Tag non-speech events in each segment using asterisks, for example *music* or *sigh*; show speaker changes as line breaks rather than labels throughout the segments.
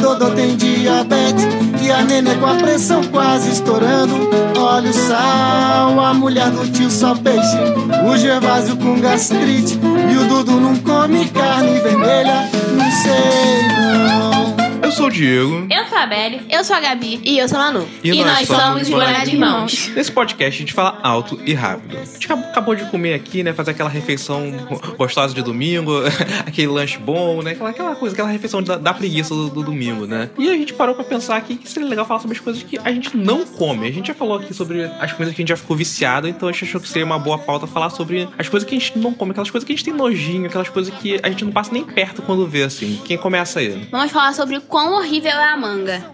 Dodô tem diabetes e a nenê com a pressão quase estourando. Olha o sal, a mulher do tio só peixe. O Gervásio com gastrite e o Dudu não come carne vermelha. Não sei não.
Eu sou o Diego.
Eu sou a Beli.
Eu sou a Gabi.
E eu sou a Manu.
E nós somos
Bola de Irmãos.
Nesse podcast a gente fala alto e rápido. A gente acab- acabou de comer aqui, né? Fazer aquela refeição gostosa de domingo, *laughs* aquele lanche bom, né? Aquela, aquela coisa, aquela refeição da, da preguiça do, do domingo, né? E a gente parou pra pensar aqui que seria legal falar sobre as coisas que a gente não come. A gente já falou aqui sobre as coisas que a gente já ficou viciado, então a gente achou que seria uma boa pauta falar sobre as coisas que a gente não come, aquelas coisas que a gente tem nojinho, aquelas coisas que a gente não passa nem perto quando vê, assim. Quem começa aí?
Vamos falar sobre o quão horrível é a
*laughs*
manga.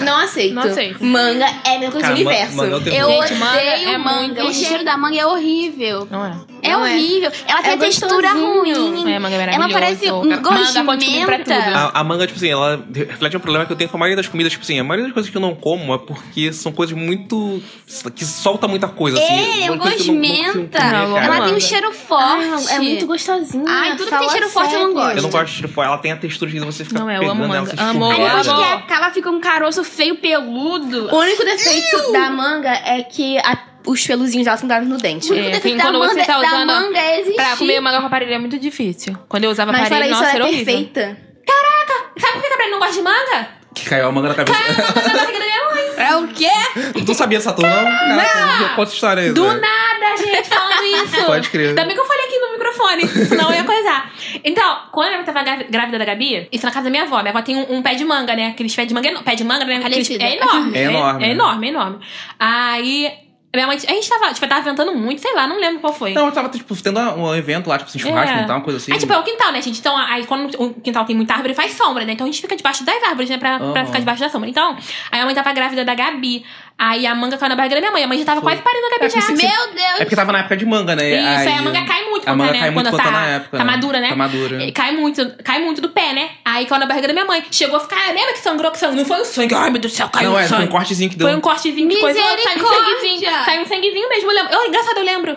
Não aceito.
Não aceito.
Manga é meu coisa
Cara, ma-
do universo.
manga é o terror.
eu
Gente,
odeio
manga é
manga.
muito
O cheiro da manga é horrível.
Não é?
É
Não é.
horrível. Ela tem
É
a textura
gostosinho.
ruim.
É, manga é
Ela parece
maravilhoso.
um
Manga
gosto de
pode comer pra
menta.
tudo.
A, a manga, tipo assim, ela reflete um problema que eu tenho com a maioria das comidas, tipo assim, a maioria das coisas que eu não como é porque são coisas muito. que solta muita coisa, assim.
É, eu
Uma coisa que eu não- não consigo
gosmenta.
comer,
Não, é
cara.
Ela tem
Manga.
um cheiro forte.
Ah, é muito gostosinho.
Ai, tudo que tem
é
cheiro forte eu não gosto.
Eu não gosto de tipo, ela tem a textura que você fica
Não, eu
pegando
amo
ela, se
manga. Amo,
esfumando.
Aí depois
amo.
que acaba, fica um caroço feio, peludo.
O único defeito da manga é que a- os peluzinhos dela são dados no dente.
O único
É,
defeito
tem
da
quando você
manga,
tá
da
usando
manga é existir.
Pra comer manga com aparelho é muito difícil. Quando eu usava
Mas fala
aparelho,
isso,
nossa,
ela
era
é
horrível.
perfeita.
Sabe por que a Gabriela não gosta de manga?
Que caiu a manga na cabeça. *laughs*
Porque a manga da minha mãe.
É o quê?
tu sabia dessa turma? não? Caraca, conta essa história aí.
Do
né?
nada, gente,
*laughs*
falando isso.
Pode crer.
Ainda bem que eu falei aqui no microfone, senão eu ia coisar. Então, quando eu tava gra- grávida da Gabi, isso na casa da minha avó. Minha avó tem um, um pé de manga, né? Aqueles pé de manga, eno- pé de manga, né? Aqueles,
Parecida.
é enorme.
É enorme.
É, enorme, é enorme. Aí, minha mãe, a gente tava, tipo, tava ventando muito, sei lá, não lembro qual foi.
Não, eu tava, tipo, tendo um evento lá, tipo, assim, churrasco,
É.
não tá? Uma coisa assim.
Aí, tipo, é o quintal, né, gente? Então, aí quando o quintal tem muita árvore, faz sombra, né? Então a gente fica debaixo das árvores, né? Pra, pra
Aham.
ficar debaixo da sombra. Então, aí a mãe tava grávida da Gabi. Aí a manga caiu na barriga da minha mãe. A mãe já tava quase parindo a Gabi
Tá
já.
porque se-
Meu
É
Deus!
porque tava na época de manga, né?
Isso, aí
aí
a manga cai muito
A
quando,
manga
né?
cai muito
quando
quando
tá,
na época.
tá madura, né?
Tá madura.
E Cai muito, cai muito do pé, né? Aí caiu na barriga da minha mãe. Chegou a ficar, "Ah, lembra que sangrou, que sangrou? Não foi o sangue, ai meu Deus do céu, caiu
Não,
o
é, foi um
sangue.
cortezinho que deu.
Foi um cortezinho que coisa, saiu um Misericórdia!
Misericórdia!
sanguezinho. Saiu um sanguezinho mesmo, eu lembro. Eu, engraçado, eu lembro.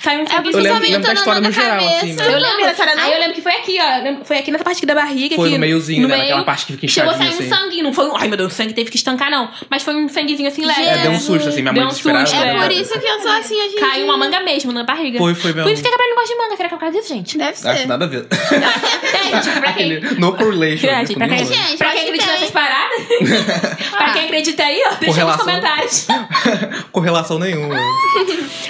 Saiu um sanguezinho.
Eu lembro, lembro
Vocês
da
aumentando
história
na
no geral, assim.
cabeça.
Né?
Eu lembro,
lembra, senhora, não?
Aí eu lembro que foi aqui, ó. Lembro- Foi aqui nessa parte aqui da barriga.
Foi
aqui,
no meiozinho,
no
né?
meio.
Naquela parte que fica
Chegou a sair
inchadinha,
um
assim.
sanguinho. Não foi um, ai meu Deus, o sangue teve que estancar, não. Mas foi um sanguezinho assim leve.
É, deu um susto, assim, minha mãe
Deu um
desesperada.
susto,
né?
É por isso que eu sou assim hoje em
Caiu
dia.
uma manga mesmo na barriga.
Foi, foi mesmo.
Por isso que a Gabriela não gosta de manga. Será que é por causa disso,
*laughs*
gente?
Deve
Acho que
ser.
nada a
Tá
ver.
É, gente, pra
*laughs*
quem...
Aquele no correlation.
É, gente,
tipo,
pra quem,
nenhum.
Gente,
pra
acho
quem
que
acredita
tem.
nessas
*laughs*
paradas, pra quem acredita aí, ó, deixa nos
Correlação.
comentários.
*laughs* Correlação nenhuma.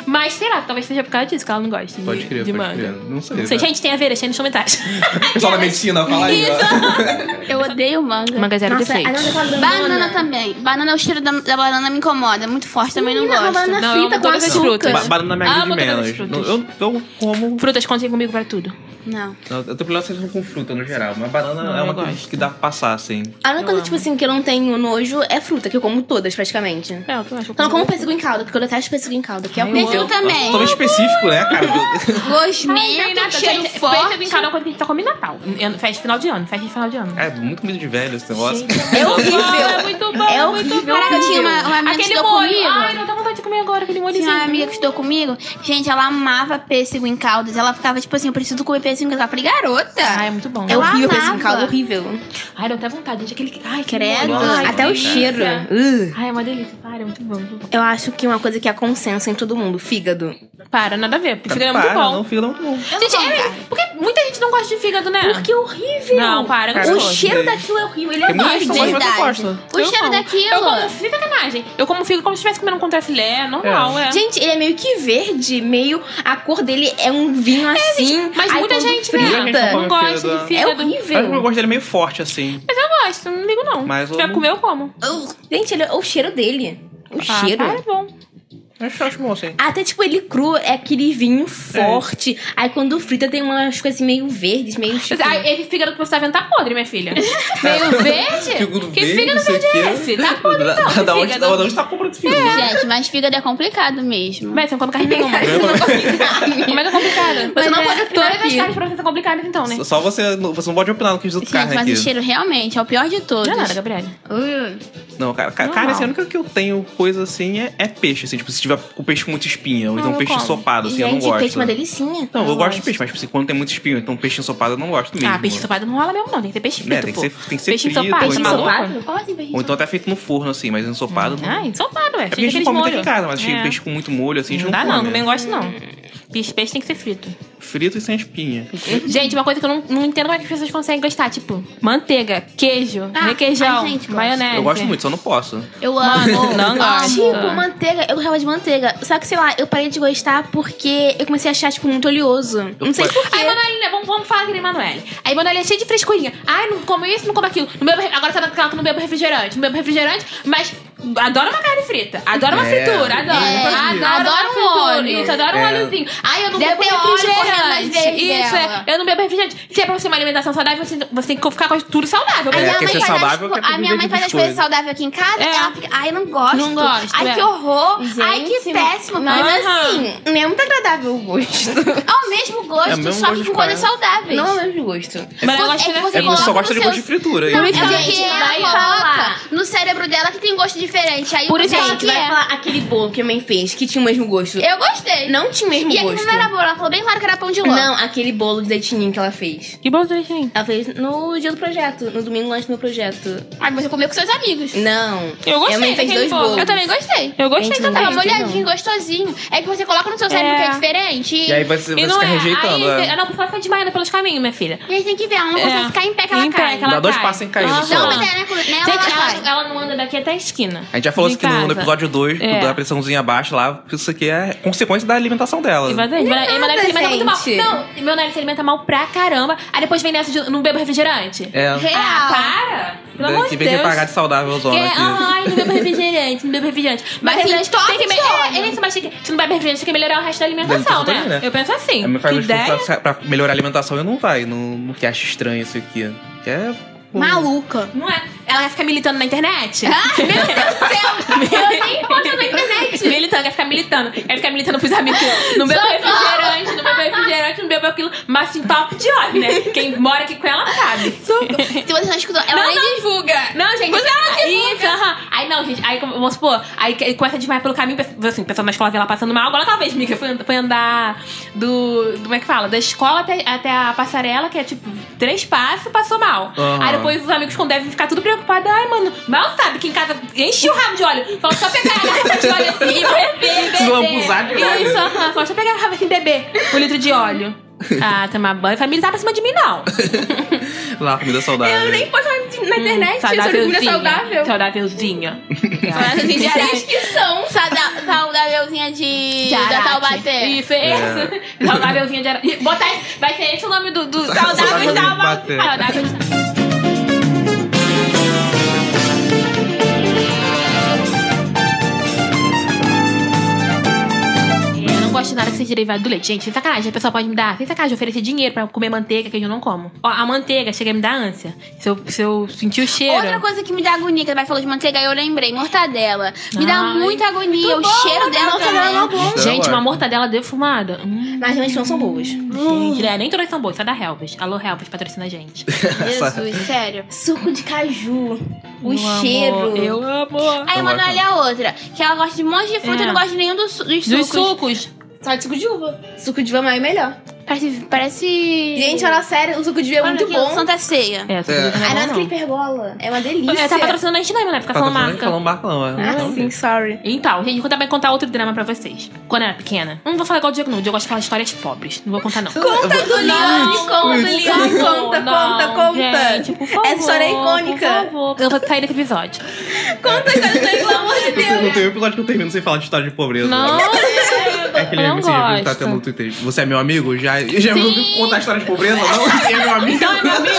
Mas sei lá, talvez seja por causa disso que ela não gosta de,
Pode crer,
de
pode
manga.
crer. Não sei.
Não sei,
né?
gente, tem a ver, deixa aí nos
*laughs*
comentários.
Pessoal da medicina, fala aí. ó.
Eu odeio manga.
Manga zero
Nossa,
defeito.
a nada daquela
Banana.
banana.
tá-
tá-
também. Banana,
também. Banana,
o
o cheiro da, banana me incomoda. Muito forte, também não gosto.
banana
Não,
frita com
todas as
açúcar.
frutas.
Ba- Banana me agride
Amo todas as
menos.
frutas.
Eu, eu como.
tá-
Frutas contem comigo pra tudo.
Não.
Eu eu tenho problema sempre com fruta no geral, mas banana
Não,
é uma
eu
coisa
gosto.
que dá pra passar, assim.
A única coisa, tipo assim, que eu não tenho nojo é fruta, que eu como todas, praticamente.
É, o que eu acho.
Então eu como pêssego em calda, porque eu detesto pêssego em calda, que é o
Pêssego
pior.
Nossa,
também.
tão específico, né, cara? *laughs*
Ai,
Gosmento,
nada,
cheiro
gente,
forte.
Peixe em cada coisa que a gente só come em Natal. Ano- Festa de final de ano, festa de final de ano.
É muito comida de velho esse negócio.
É horrível.
É muito bom,
É
muito
horrível.
bom.
Caraca, eu tinha uma- uma amiga que
aquele
estudou
molho.
comigo.
Ai, não dá vontade de comer agora aquele molhozinho.
Tinha uma amiga que estudou comigo, gente, ela amava pêssego em caldas. Ela ficava tipo assim: eu preciso comer pêssego em caldas. Eu falei, garota!
Ai, é muito bom.
É horrível pêssego em
amava.
calda, horrível.
Ai, deu até vontade, gente. Aquele... que- Ai, que
Credo.
molho. Ai,
Até
que
o
delícia.
cheiro. Uh.
Ai, é uma delícia. Para, é muito bom.
Eu acho que uma coisa que é consenso em todo mundo, fígado.
Para, nada a ver. porque Fígado é muito
Para, Não,
bom.
fígado é muito bom.
Gente, é, porque muita gente não gosta de fígado, né?
Porque é horrível.
Não, para, é
Cara,
O
gostoso.
cheiro daquilo é horrível. Ele é
Tem muita gente
horrível.
que não gosta, mas eu
verdade.
gosto.
O
Eu
cheiro
como.
daquilo.
Eu como, sem sacanagem. Eu como fígado como se estivesse comendo um contrafilé, normal, é.
Gente, ele é meio que verde, meio. A cor dele é um vinho assim.
Mas
aí
muita
quando
gente,
Muita
frita,
gente
né?
come
Não gosta de
fígado.
É
fígado.
Mas eu
horrível.
gosto dele meio forte, assim.
Mas eu gosto, não ligo não.
Mas
Se tiver
eu-
comer, eu como.
Oh, Gente, ele- é o cheiro dele. O
Ah,
cheiro.
para, é bom.
Eu acho, acho bom, assim.
Até, tipo, ele cru é aquele vinho forte. Aí quando frita tem umas coisas meio verdes, meio tipo...
Ah, esse fígado que você tá vendo tá podre, minha filha.
*laughs*
Meio verde?
Fígado
que
verde,
fígado
não sei
verde
o quê.
é esse? Tá podre então,
Da-
esse
Da onde-
fígado.
da onde tá comprando esse fígado?
Gente, mas fígado é complicado mesmo.
Mas você não come carne nenhuma. Como é que é complicado? complicado.
Mas
Você não
é,
pode opinar
tô
e das
aqui.
carnes pra você complicadas, então, né?
Só você, não- você não pode opinar no quesito
Gente,
carne
mas
aqui.
o cheiro realmente é o pior de todos.
Não é nada, Gabriela.
Ui,
Não, cara, ca-
Normal.
carne, assim, a única que eu tenho coisa assim é, é peixe, assim, tipo, se tiver com peixe com muito espinho, ou então
não
peixe
como.
ensopado, assim, eu não
Gente,
gosto.
peixe é uma delicinha.
Não, eu, gosto de
Eu gosto.
peixe, mas tipo, assim, quando tem muito espinho, então peixe ensopado eu não gosto mesmo.
Ah, peixe ensopado não rola mesmo, não. Tem que ser peixe frito,
É, tem que
pô.
ser, tem que ser
Peixe
frito,
ensopado,
ou
Peixe
Tá
então-
maluco?
ensopado?
Como assim, peixe?
Ou então até feito no forno, assim, mas ensopado não.
é Ah, ensopado,
É porque a
é. Fica
gente não
aqueles
come muito aqui
molhos.
em casa, mas tipo,
É.
peixe com muito molho, assim, a gente
Não
não,
dá, não.
come.
Também gosto, não. Peixe, peixe tem que ser frito.
Frito e sem espinha.
Gente, uma coisa que eu não, não entendo como é que as pessoas conseguem gostar. Tipo, manteiga, queijo,
Ah,
requeijão,
a gente gosta.
maionese.
Eu gosto muito, só não posso.
Eu amo.
*laughs* não gosto.
Tipo, manteiga. Eu gostava de manteiga. Só que, sei lá, eu parei de gostar porque eu comecei a achar, tipo, muito oleoso. Não sei por
Aí,
quê.
Manoelinha, vamos, vamos falar aqui da Emanuele. Aí, Manoelinha é cheia de frescurinha. Ai, não como isso, não como aquilo. Não bebo, re- agora sabe aquela que não bebo refrigerante. Não bebo refrigerante, mas adoro uma carne frita. Adoro uma
É.
fritura, adoro.
É.
Adoro,
Adoro um
uma fritura.
óleo.
Isso, adoro um
É.
óleozinho. Ai, eu não
Deve
bebo
ter óleo correndo nas
refrigerante.
veias
Isso,
dela.
é, eu não bebo refrigerante. Se é pra você uma alimentação saudável, você, você tem que ficar com tudo saudável.
A
É,
minha
quer
mãe
ser
faz,
saudável,
as,
quer
a minha
viver
mãe
de
faz as
biscoito.
coisas saudáveis aqui em casa,
É.
ela fica, ai, não gosto.
Não gosto,
Ai,
é.
que horror. ai, que
Gente,
péssimo.
não.
Mas
Aham.
assim,
Não é muito agradável o gosto. *laughs*
é o mesmo gosto,
É o mesmo
só
gosto
que
de
com
praia.
coisas saudáveis.
Não é o mesmo gosto.
Mas eu gosto de
É que você
É porque você
coloca
só gosta
no
de gosto de
seu-
fritura.
Não,
aí.
é
isso que
porque
eu ia
ela
falar.
coloca no cérebro dela que tem gosto diferente. Aí
Por
eu
isso
sei
que a
Gente,
que
vai
é.
falar aquele bolo que a mãe fez, que tinha o mesmo gosto.
Eu gostei.
Não tinha o mesmo
E aqui
gosto.
não era bolo, ela falou bem claro que era pão de ló.
Não, aquele bolo de leitinho que ela fez.
Que bom direitinho.
Ela fez no dia do projeto, no domingo antes do meu projeto.
Mas você comeu com seus amigos.
Não.
Eu gostei
Minha mãe fez
daquele
dois
bolo.
bolos.
Eu também gostei.
Eu gostei
Gente, não
também.
Tava
gostei,
molhadinho, gostosinho. É que você coloca no seu cérebro
É.
que é diferente.
E aí vai, você vai
E não
ficar
é.
rejeitando.
Aí,
é.
você- Não, porque ela fica desmaiando pelos caminhos, minha filha.
E aí tem que ver, ela não
É.
consegue ficar em pé que ela
Em pé,
cai.
que ela
Dá dois
cai.
passos em cair no
Aham.
solo.
Não, mas é, né? Nela ela
Gente,
cai.
ela, ela não anda daqui até a esquina.
A gente já falou
De
isso aqui no, no
casa.
episódio 2,
É.
da pressãozinha abaixo lá, isso aqui é consequência da alimentação dela.
E vai daí. Meu
nada,
nariz se alimenta muito mal.
gente.
Não, meu nariz se alimenta mal pra caramba. Aí depois vem nessa de não bebo refrigerante.
É, né,
Real.
Ah, para! Pelo amor
que
de
vem
Deus.
que pagar de saudável
Que é,
zona aqui.
ai, não bebo refrigerante, não bebo refrigerante.
Mas assim,
refrigerante
top
tem que
de
melhorar.
óleo.
É, isso, mas tem que- se não bebe refrigerante, tem que melhorar o resto da alimentação,
também,
né?
né?
Eu penso assim.
A minha faz
que
um
ideia?
esforço pra, pra melhorar a alimentação e não vai, não, não que acha estranho isso aqui. Que é. pô,
Maluca.
Não é? Ela vai ficar militando na internet?
Meu Deus do céu. Eu nem posto na internet.
Militando, quer ficar militando. Quer ficar militando pros amigos. Não bebeu refrigerante, não bebeu refrigerante, não bebeu aquilo. Mas assim, papo de ódio, né? Quem mora aqui com ela sabe.
Se você não escutou, ela
Não,
nem
*laughs* não.
divulga.
Não, gente. Isso, aham. Aí não, gente. Aí como- vamos supor, aí que- começa a desmaiar pelo caminho, pessoa- assim, pessoa na escola vê ela passando mal. Agora talvez, Mica, foi, foi andar do, do- Como é que fala? Da escola até, até a passarela, que é tipo três passos, passou mal.
Aham.
Aí depois os amigos quando devem ficar tudo preocupados. Ai, mano, mal sabe que em casa enche o rabo de óleo. Falou só pegar a garrafa de óleo assim e beber, beber.
Se não abusar de óleo.
Isso, aham. Falou só pegar a garrafa assim e beber um litro de óleo. Ah, tomar banho. Família não tá pra cima de mim, não.
Lá, comida saudável.
Eu nem posso falar na internet
é
sobre comida saudável.
Hum, Saudávelzinha.
Saudávelzinha de
Saudávelzinha.
arara. São sauda- saudávelzinha de... Da Taubaté.
Isso, é isso. Saudávelzinha de Arara. Bota esse- vai ser esse o nome do, do saudável de
Saudável de
Taubaté.
Taubaté.
Saudável de Taubaté. É, Eu não gosto de nada que seja derivado do leite. Gente, sem sacanagem, a pessoa pode me dar, sem sacanagem, oferecer dinheiro pra eu comer manteiga, que eu não como. Ó, a manteiga chega a me dar ânsia. Se eu, se eu sentir o cheiro.
Outra coisa que me dá agonia, que ela vai falar de manteiga, eu lembrei, mortadela. Me dá
Ai.
muita agonia, o
bom,
cheiro dela
mortadela é
também.
bom.
Isso é
Gente,
ótimo.
uma mortadela defumada. Hum.
Mas realmente não são boas.
Gente, né? nem todas são boas, só da Helvas. Alô, Helvas, patrocina
*laughs*
a gente.
*laughs*
Tá
Jesus, sério.
Suco de caju. O
Eu amo,
cheiro.
eu amo.
Aí a
Eu
Manoel
gosto.
é outra, que ela gosta de um monte de fruta
É.
e não gosta de nenhum dos, su- dos
Dos
sucos.
sucos.
Só de suco de uva. Suco de uva é melhor.
Parece, parece...
Gente, olha sério, o suco de uva é
Olha
muito
aqui,
bom.
Santa Ceia.
É, suco
É.
de uva não
A
é
nossa
bom, não.
que pergola. É uma delícia.
É, tá patrocinando a gente não, né? Fica falando marca.
Falando marca, não. é.
Ah,
Não,
sim, sorry.
Então, gente, vou também contar outro drama pra vocês. Quando eu era pequena, não vou falar igual o Diego, não. O Diego gosta de falar histórias pobres. Não vou contar, não.
Conta do Leone, conta, Leone, conta, conta, conta.
Gente, por favor.
Essa história é icônica.
Por favor. Eu vou sair daquele
*laughs*
episódio.
Conta a história do Leone, *laughs* pelo amor de Deus.
Não tem um episódio que eu termino sem falar de história de pobreza.
Não,
É aquele
eu não
meme que você tá
gosto.
tendo no Twitter. Você é meu amigo? Já, já me ouviu contar história de pobreza? Não, você é meu amigo.
Então é meu amigo.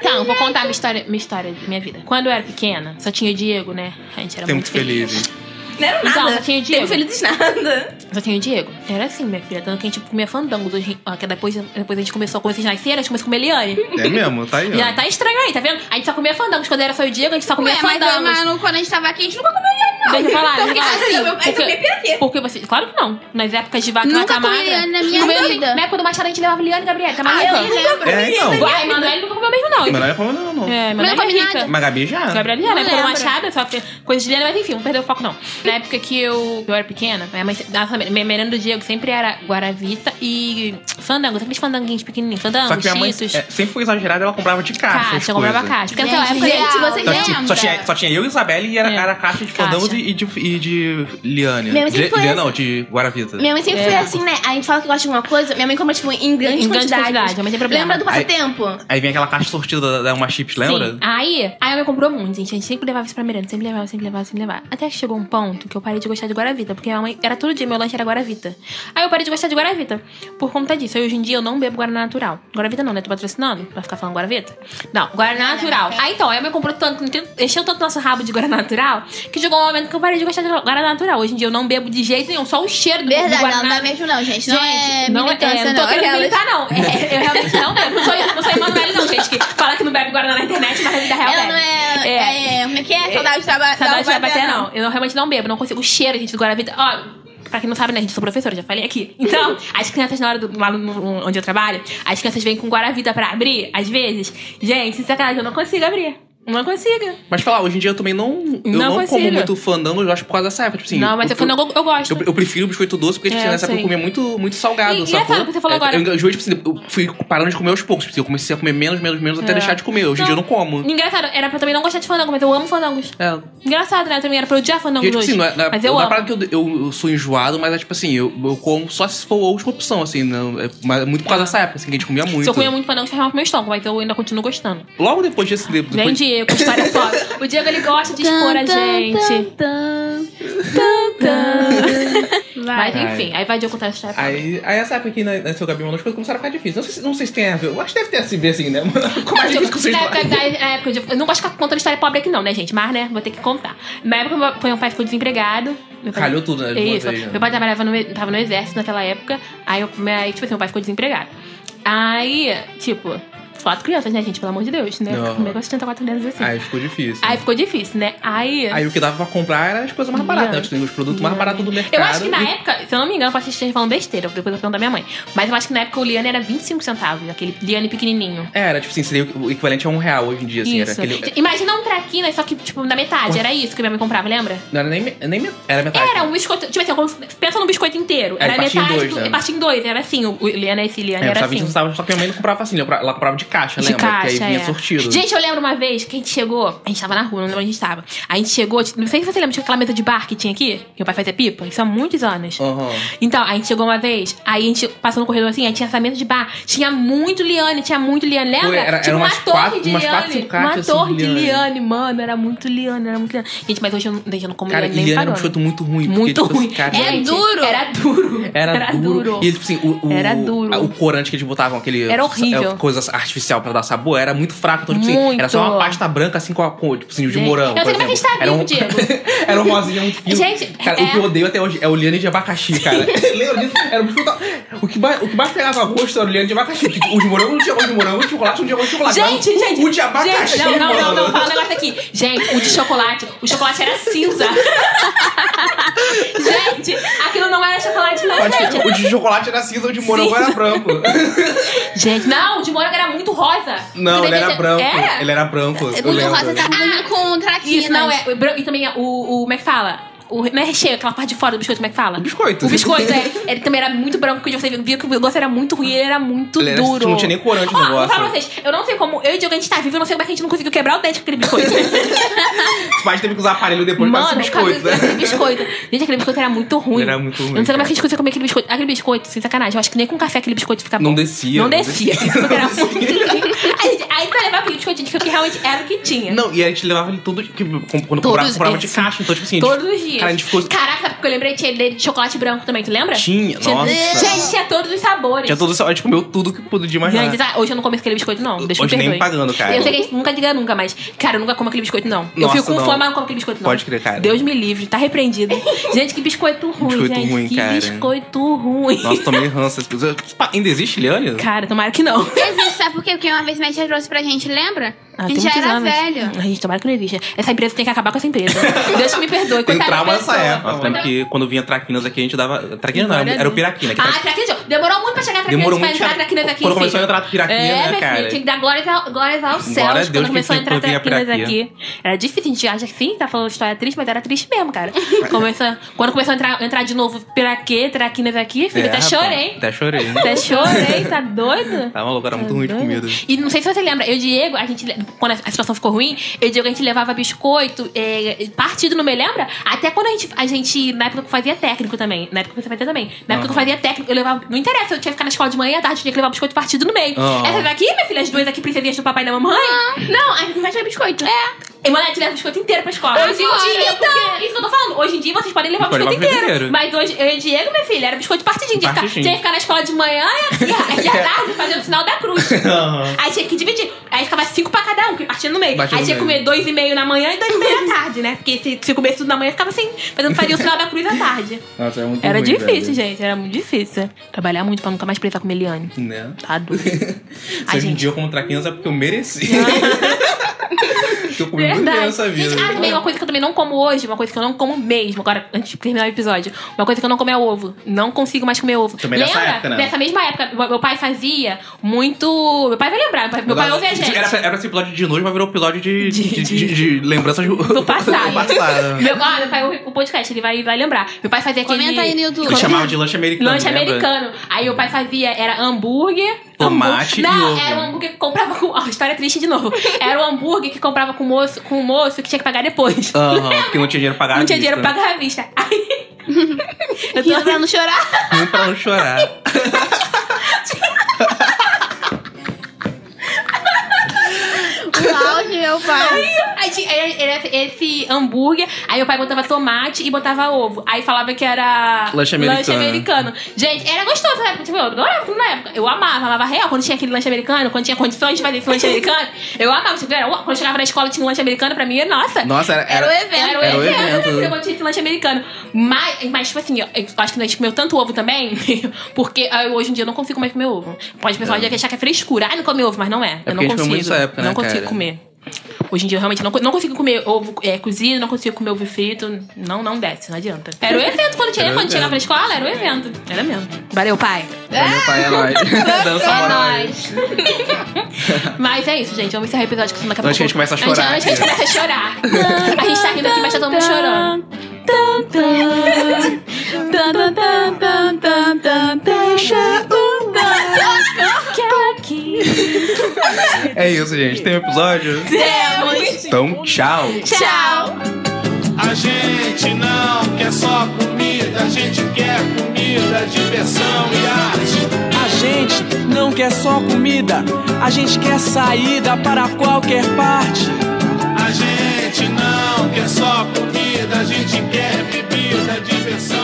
Então, vou contar minha história, minha história, minha vida. Quando eu era pequena, só tinha o Diego, né? A gente era
Tempos
muito feliz.
felizes.
Não era
Então,
nada.
só tinha o
Teve
Diego.
felizes nada.
Só tinha o Diego. Era assim, minha filha. Tanto que a gente comia fandango. hoje- ó, que Depois, depois a gente começou, quando vocês nasceram, a gente começou a comer Eliane.
É mesmo, tá aí. ó.
Já tá estranho aí, tá vendo? A gente só comia fandangos. Quando era só o Diego, a gente só comia
Ué, mas, é eu,
fandangos.
mas não- quando a gente tava aqui, a gente nunca comeu ele, não.
Deixa
*laughs*
eu falar. né? Porque,
assim, eu também
porque, porque você. Claro que não. Nas épocas de vaca
Nunca
na camada.
comi Liane na minha vida.
Na época do Machado a gente levava Liane e Gabriela. Tá maluca?
eu lembro.
É, então.
Uai, Manoel não comeu mesmo, não.
Mas não é problema, não, não.
É,
Mas não
Manoel é
come
rica.
nada.
Mas a Gabi já.
Gabriela Liana,
Não
época do
lembro.
Machado, só que coisa de Liana, mas enfim, não perdeu o foco, não. Na época que eu, eu era pequena, minha mãe, nossa, minha merenda do Diego sempre era Guaravita e Fandango, sempre os fandanguinhos pequenininhos,
Só que
Fandango,
minha mãe
Cheetos,
é, ah, sempre foi exagerada, ela comprava de caixa. as
caixa, eu comprava
coisas.
caixa. Porque naquela
Gente,
época
gente,
era-
vocês
Só tinha,
lembram?
só, tinha, só tinha eu e Isabelle e era,
É.
era caixa de
Caixa.
fandangos e, e de, e de Liane.
Minha mãe
De,
sempre foi
Liane
assim.
não, de Guaravita.
Minha mãe
É.
sempre foi assim, né? A gente fala que gosta de alguma coisa, minha mãe compra, tipo, em grande
Em grande
quantidade.
quantidade, minha mãe tem problema.
Lembra do passatempo?
Aí vem aquela caixa sortida da, da Uma Chips, lembra?
Sim. Aí, aí a mãe comprou muito, gente. A gente sempre levava isso pra merenda. Sempre levava, sempre levava, sempre levava. Até que chegou um ponto que eu parei de gostar de Guaravita. Porque minha mãe... Era todo dia, meu lanche era Guaravita. Aí eu parei de gostar de Guaravita. Por conta disso. Aí hoje em dia eu não bebo Guaraná Natural. Guaravita não, né? Tô patrocinando pra ficar falando Guaravita. Não, Guaraná Natural. Aí então, aí a mãe comprou tanto... Encheu tanto nosso rabo de Guaraná Natural. Que chegou um momento que eu parei de gostar de Guaraná Natural. Hoje em dia eu não bebo de jeito nenhum. Só o cheiro do, do
Verdade,
Guaraná
não dá mesmo não, gente. Não é
não é,
militância,
não tô
não.
querendo
*laughs*
Aquelas-
militar, não. É, eu realmente não bebo. Não sou, não sou Emanuele, não, gente, que fala que não bebe Guaraná na internet, mas na vida real
Ela
bebe.
não é... é, Como é que é? Saudade de trabalhar.
Saudade de bater, não. Eu realmente não bebo, não consigo. O cheiro, gente, do Guaravita. Ó. Pra quem não sabe, né, gente, eu sou professora, já falei aqui.
*laughs*
Então, as crianças na hora do lá no- onde eu trabalho, as crianças vêm com Guaravita pra abrir, às vezes. Gente, sem sacanagem, eu não consigo abrir. Não consigo.
Mas falar, hoje em dia eu também não. Eu
Não
não,
consigo.
como muito fandango, eu acho por causa dessa época. Tipo assim,
não, mas eu,
eu,
eu, eu gosto.
eu, eu prefiro biscoito doce porque, tipo,
É,
assim,
eu
nessa época
sei.
eu comia muito, muito salgado.
E- e
sacou?
engraçado o que você
É,
falou agora.
Eu, eu, tipo assim, eu fui parando de comer aos poucos. Tipo, assim, eu comecei a comer menos, menos, menos até
É.
deixar de comer. Hoje em dia eu não como.
Engraçado, era pra eu também não gostar de fandango, mas eu amo fandangos.
É.
Engraçado, né? Também era pra eu odiar
E,
fandangos
tipo
hoje.
assim, não é, não é-
mas eu
não é
amo.
parada que eu, eu, eu sou enjoado, mas é tipo assim, eu, eu como só se for a última opção, assim, não, é, mas é muito por causa dessa época, assim, que a gente comia muito.
Se eu comia muito fandango, faz mal pro meu estômago, mas eu ainda continuo gostando.
Logo depois desse. de- Depois,
Vem, Diego, para fora. O Diego, ele gosta de expor a gente. Mas enfim, aí vai Diego contar a história.
Aí, aí essa época aqui na, na seu Gabi mandou as coisas começaram a ficar difíceis. Não sei, se- não sei se tem a ver. Eu acho que deve ter a se ver assim, né? *laughs* Como mais difícil que vocês
Na época, da- na época de- eu não gosto de ficar contando história pobre aqui, não, né, gente? Mas, né, vou ter que contar. Na época, meu- foi um pai ficou desempregado. Meu pai-
Calhou tudo, né? de uma
Isso.
vez, né?
Meu pai trabalhava no, tava no exército naquela época. Aí, eu, aí, tipo assim, meu pai ficou desempregado. Aí, tipo, quatro crianças, né, gente? Pelo amor de Deus, né?
Não.
Como é que eu sustento quatro crianças assim?
Aí ficou difícil.
Aí ficou difícil, né? Aí.
Aí o que dava pra comprar era as coisas mais baratas, né? Os os produtos mais baratos do mercado.
Eu acho que na
E-
época, se eu não me engano, posso estar falando besteira, depois eu pergunto da minha mãe. Mas eu acho que na época o Liane era 25 centavos, aquele Liane pequenininho.
Era, tipo assim, seria o equivalente a um real hoje em dia, assim.
isso.
Era aquele...
Imagina um traquinas, só que, tipo, na metade. Era isso que minha mãe comprava, lembra?
Não era nem, me- nem me- Era metade.
Era um biscoito. Tipo assim, como- pensa num biscoito inteiro.
Ah, então. Era
Era,
partia em
metade.
dois,
do,
né?
Parte em dois. Era assim. O o Liane é esse, Liane
É,
era
custava
assim.
20 centavos, só que minha mãe não comprava assim, ela comprava- ela comprava de caixa,
De
lembra?
caixa,
que aí vinha
é.
sortido. né?
Gente, eu lembro uma vez que a gente chegou, a gente tava na rua, não lembro onde a gente tava. A gente chegou, tipo, não sei se você lembra, tinha aquela mesa de bar que tinha aqui, que meu pai fazia pipa, isso há muitos anos.
Aham.
Então, a gente chegou uma vez, aí a gente passou no corredor assim, aí tinha essa mesa de bar, tinha muito Liane, tinha muito Liane, lembra?
Foi, era-
tipo
era
uma
umas
torre
quatro-
de
umas
Liane.
quatro caixas,
uma
assim,
torre
de
de
Liane.
Liane. mano, era muito Liane, era muito Liane. Gente, mas hoje eu não, gente, eu não como
Cara,
Liane nem
Liane era um
parando.
biscoito muito ruim. porque,
Muito
tipo,
ruim.
Cara,
É
Gente,
duro.
Era duro.
Era, duro. E tipo assim, o, o-
Era duro.
a- o corante que eles botavam, aquele.
Era horrível.
é, Coisa artificial pra dar sabor, era muito fraco. Então, tipo assim,
Muito.
era só uma pasta branca, assim, com, a, com tipo assim, de
Gente,
morango.
eu
por
sei como é que
exemplo.
está
era um,
vivo, Diego.
*laughs* era um rosinha muito fino.
Gente,
cara, o
é.
que eu odeio até hoje é o liane de abacaxi,
*laughs*
cara. *laughs* Lembra disso? Era um biscoito- o que mais, o que mais pegava gosto era o liane de abacaxi. Tipo, os morangos não tinham gosto de morango, o chocolate não tinha gosto de chocolate.
Gente,
Mas o-
gente.
O de abacaxi,
Gente, não, não, não,
mano. *laughs*
não, fala um negócio aqui. Gente, o de chocolate, o chocolate
*laughs*
era cinza. gente, aquilo não era chocolate, não,
Pode
gente.
crer, tipo, O de chocolate era cinza, o de morango
Sim.
era
*laughs*
branco.
Gente, não, o de morango era muito rosa.
Não,
Tu
ele
devia
era
ter-
branco.
Era?
Ele era branco.
O
eu
do
lembro.
rosa tá ah, com traquinas.
Isso, não, é. o bran- E também é o, o. Como é que fala? O, não é recheio, aquela parte de fora do biscoito, como é que fala? O
biscoito.
O biscoito, é. Ele também era muito branco, porque você via que o negócio era muito ruim, ele era muito
Ele era- tipo,
duro.
não tinha nem corante no
Ó, vou
negócio.
falar pra vocês, eu não sei como. Eu e o Diogo, a gente tá vivo, eu não sei como é que a gente não conseguiu quebrar o dente com
*laughs*
aquele biscoito.
Os pais Tipo, teve que usar aparelho depois pra esse
Mano,
biscoito,
cara, aquele
né?
biscoito. Gente, aquele biscoito era muito ruim.
Era muito ruim,
Eu não sei
cara.
como é que a gente conseguia comer aquele biscoito. Aquele biscoito, sem sacanagem. Eu acho que nem com café aquele biscoito ficava
Não descia,
Não
não
descia.
*laughs*
Aquele biscoito era muito ruim. *laughs* Aí, gente, Aí pra levar aquele biscoito, a gente viu que realmente era o que tinha.
Não, e a gente levava ele tudo que, com- quando comprava, comprava de
esses.
caixa, então tipo assim, a gente-
Todos os dias.
Cara, a gente ficou
Caraca, porque eu lembrei tinha de chocolate branco também, tu lembra?
tinha,
Tinha-
nossa.
Gente, tinha todos os sabores.
Tinha todo essa, a gente comeu tudo que podia imaginar.
Gente, ah, hoje eu não como aquele biscoito, não. Deixa eu
Hoje nem
perdoe.
pagando, cara.
Eu sei que a gente nunca diga nunca, mas, cara, eu nunca como aquele biscoito, não. eu
Nossa,
fico com
não.
fome, mas não como aquele biscoito, não.
Pode crer, cara.
Deus me livre,
*laughs*
tá repreendido. gente, que biscoito ruim,
Biscoito
gente.
ruim,
que
cara.
biscoito ruim.
Nossa, tomei ranço. Tipo, Pá, Ainda existe, é Liane?
Cara, tomara que não.
Existe, sabe por quê? Porque uma vez minha tia trouxe pra gente, lembra?
Ah,
a
tem
gente já
muitos
era
anos.
velho.
A gente tomara que não exista. Essa empresa tem que acabar com
*laughs*
essa empresa. Deus que me perdoe.
Tem
coitada da
trauma nessa
pessoa.
época. Eu lembro que quando vinha Traquinas aqui, a gente dava. Traquinas não,
Olha
era o
ali.
Piraquina. que tá
Ah, Traquinas de ouro. Demorou muito pra chegar a Traquinas,
Demorou
pra
muito
entrar
pra-
Traquinas aqui.
quando começou
filho.
a entrar Piraquina,
é,
né,
meu
cara?
Filho, tinha que dar glórias, ao, glórias aos céus
Glória a Deus
quando
que
começou a
tem-
entrar
quando vinha
Traquinas
Piraquinha.
aqui. Era difícil, a gente acha que sim, tá falando história triste, mas era triste
*laughs*
mesmo, cara. Começa, quando começou a entrar, entrar de novo Piraquê, Traquinas aqui, filho,
É,
até
rapaz,
chorei.
Até chorei.
Até chorei, tá doido?
Tá maluco, era muito ruim de
Doido.
comida.
E não sei se você lembra, eu e o Diego, a gente, quando a situação ficou ruim, eu e o Diego, a gente levava biscoito, é, partido, não me lembra? Até quando a gente, a gente, na época que eu fazia técnico também, na época que você fazia também, na época que eu fazia técnico, eu levava, não interessa, eu tinha que ficar na escola de manhã e à tarde, eu tinha que levar biscoito partido no meio.
Aham.
Essa daqui, minha filha, as duas aqui, princesinhas do papai e da mamãe? Não, a gente não vai tirar biscoito. É. E, mano, a gente leva biscoito inteiro pra escola.
Hoje em dia, tá.
porque, isso que eu tô falando, hoje em dia vocês podem levar
Pode
biscoito
levar
inteiro.
biscoito inteiro.
Mas hoje, eu e o Diego, minha filha, era biscoito partidinho. Tinha que ficar-
Partidinho.
tinha que ficar na escola de manhã e e
*laughs*
à tarde fazendo o sinal da cruz.
Aham.
Aí tinha que dividir. Aí ficava cinco pra cada um, que partia no meio.
Batia
aí
no
tinha que
meio.
comer dois e meio na manhã e dois e meio à tarde, né? Porque se, se comesse tudo na manhã, ficava assim, fazendo faria o sinal da cruz à tarde.
Nossa, era muito
Era
ruim,
difícil,
velho.
gente. Era muito difícil. Trabalhar muito pra nunca mais precisar comer Eliane.
Né?
Tá doido.
Se
Ai,
hoje em
gente.
dia eu como Traquinas é porque eu mereci. *laughs* Porque eu né? comi *laughs* muito bem
Verdade.
nessa vida.
Gente, ah, também uma coisa que eu também não como hoje, uma coisa que eu não como mesmo, agora, antes de terminar o episódio, uma coisa que eu não como é ovo. Não consigo mais comer ovo.
Também
Lembra?
nessa época, né?
Nessa mesma época, meu meu pai fazia muito. Meu pai vai lembrar, meu pai, meu pai ouve a gente.
Era, pra- era pra ser episódio de nojo, mas virou episódio de,
De-
de, de, de- de lembranças do,
passado.
*laughs* do passado.
Meu, ah, meu pai ouve o podcast, ele vai, vai lembrar. Meu pai fazia aquele.
Comenta aí no YouTube. *laughs*
Que chamava de lanche americano.
Lanche
lembra?
americano. Aí o pai fazia, era hambúrguer.
Tomate
hambúrguer.
e
Não,
ovo.
era um hambúrguer que comprava com. Ó, história triste de novo. Era um hambúrguer que comprava com o moço, com o moço que tinha que pagar depois.
Aham, porque não tinha dinheiro pra pagar.
Não
a
tinha dinheiro
vista.
pra pagar a vista.
*laughs*
Aí. eu
Rindo pra
tô.
não chorar.
Um *laughs* pra não chorar.
O áudio, meu pai.
Aí tinha- aí era esse hambúrguer, aí o pai botava tomate e botava ovo. Aí falava que era
Lanche americano.
americano. Gente, era gostoso na época. Tipo, eu adorava tudo na época. Eu amava, amava real. Quando tinha aquele lanche americano, quando tinha condições de fazer esse lanche americano, eu amava. Tipo, era, uau, quando eu chegava na escola tinha um lanche americano pra mim, nossa.
Nossa, era.
Era o evento.
Era o
Era o
evento, assim,
evento.
eu não tinha esse lanche americano. Mas, mas tipo assim, eu eu acho que a gente comeu tanto ovo também, *laughs* porque ah, eu, hoje em dia eu não consigo mais comer ovo. Pode o pessoal já achar que é frescura. Ah, não come ovo, mas não é.
É porque
eu não
a gente comeu
consigo.
muito nessa época,
eu não
né,
consigo
cara?
comer. Hoje em dia eu realmente não, co- não consigo comer ovo é, cozido, não consigo comer ovo frito. Não, não desce, não adianta. Era o evento quando tinha,
Era o
quando
evento.
chegava pra escola, era o evento. Era mesmo. Valeu, pai.
Era meu pai, é *laughs* nóis. Dança
É
moral aí.
nóis.
Mas é isso, gente. Vamos encerrar o episódio que senão daqui a pouco.
Antes que a gente comece a chorar
Antes que a gente comece a chorar. a gente tá rindo aqui, mas tá todo mundo chorando.
Deixa o
É isso, gente. Tem um episódio?
Temos.
Então, tchau.
Tchau.
A gente não quer só comida, a gente quer comida, diversão e arte.
A gente não quer só comida, a gente quer saída para qualquer parte.
A gente não quer só comida, a gente quer bebida, diversão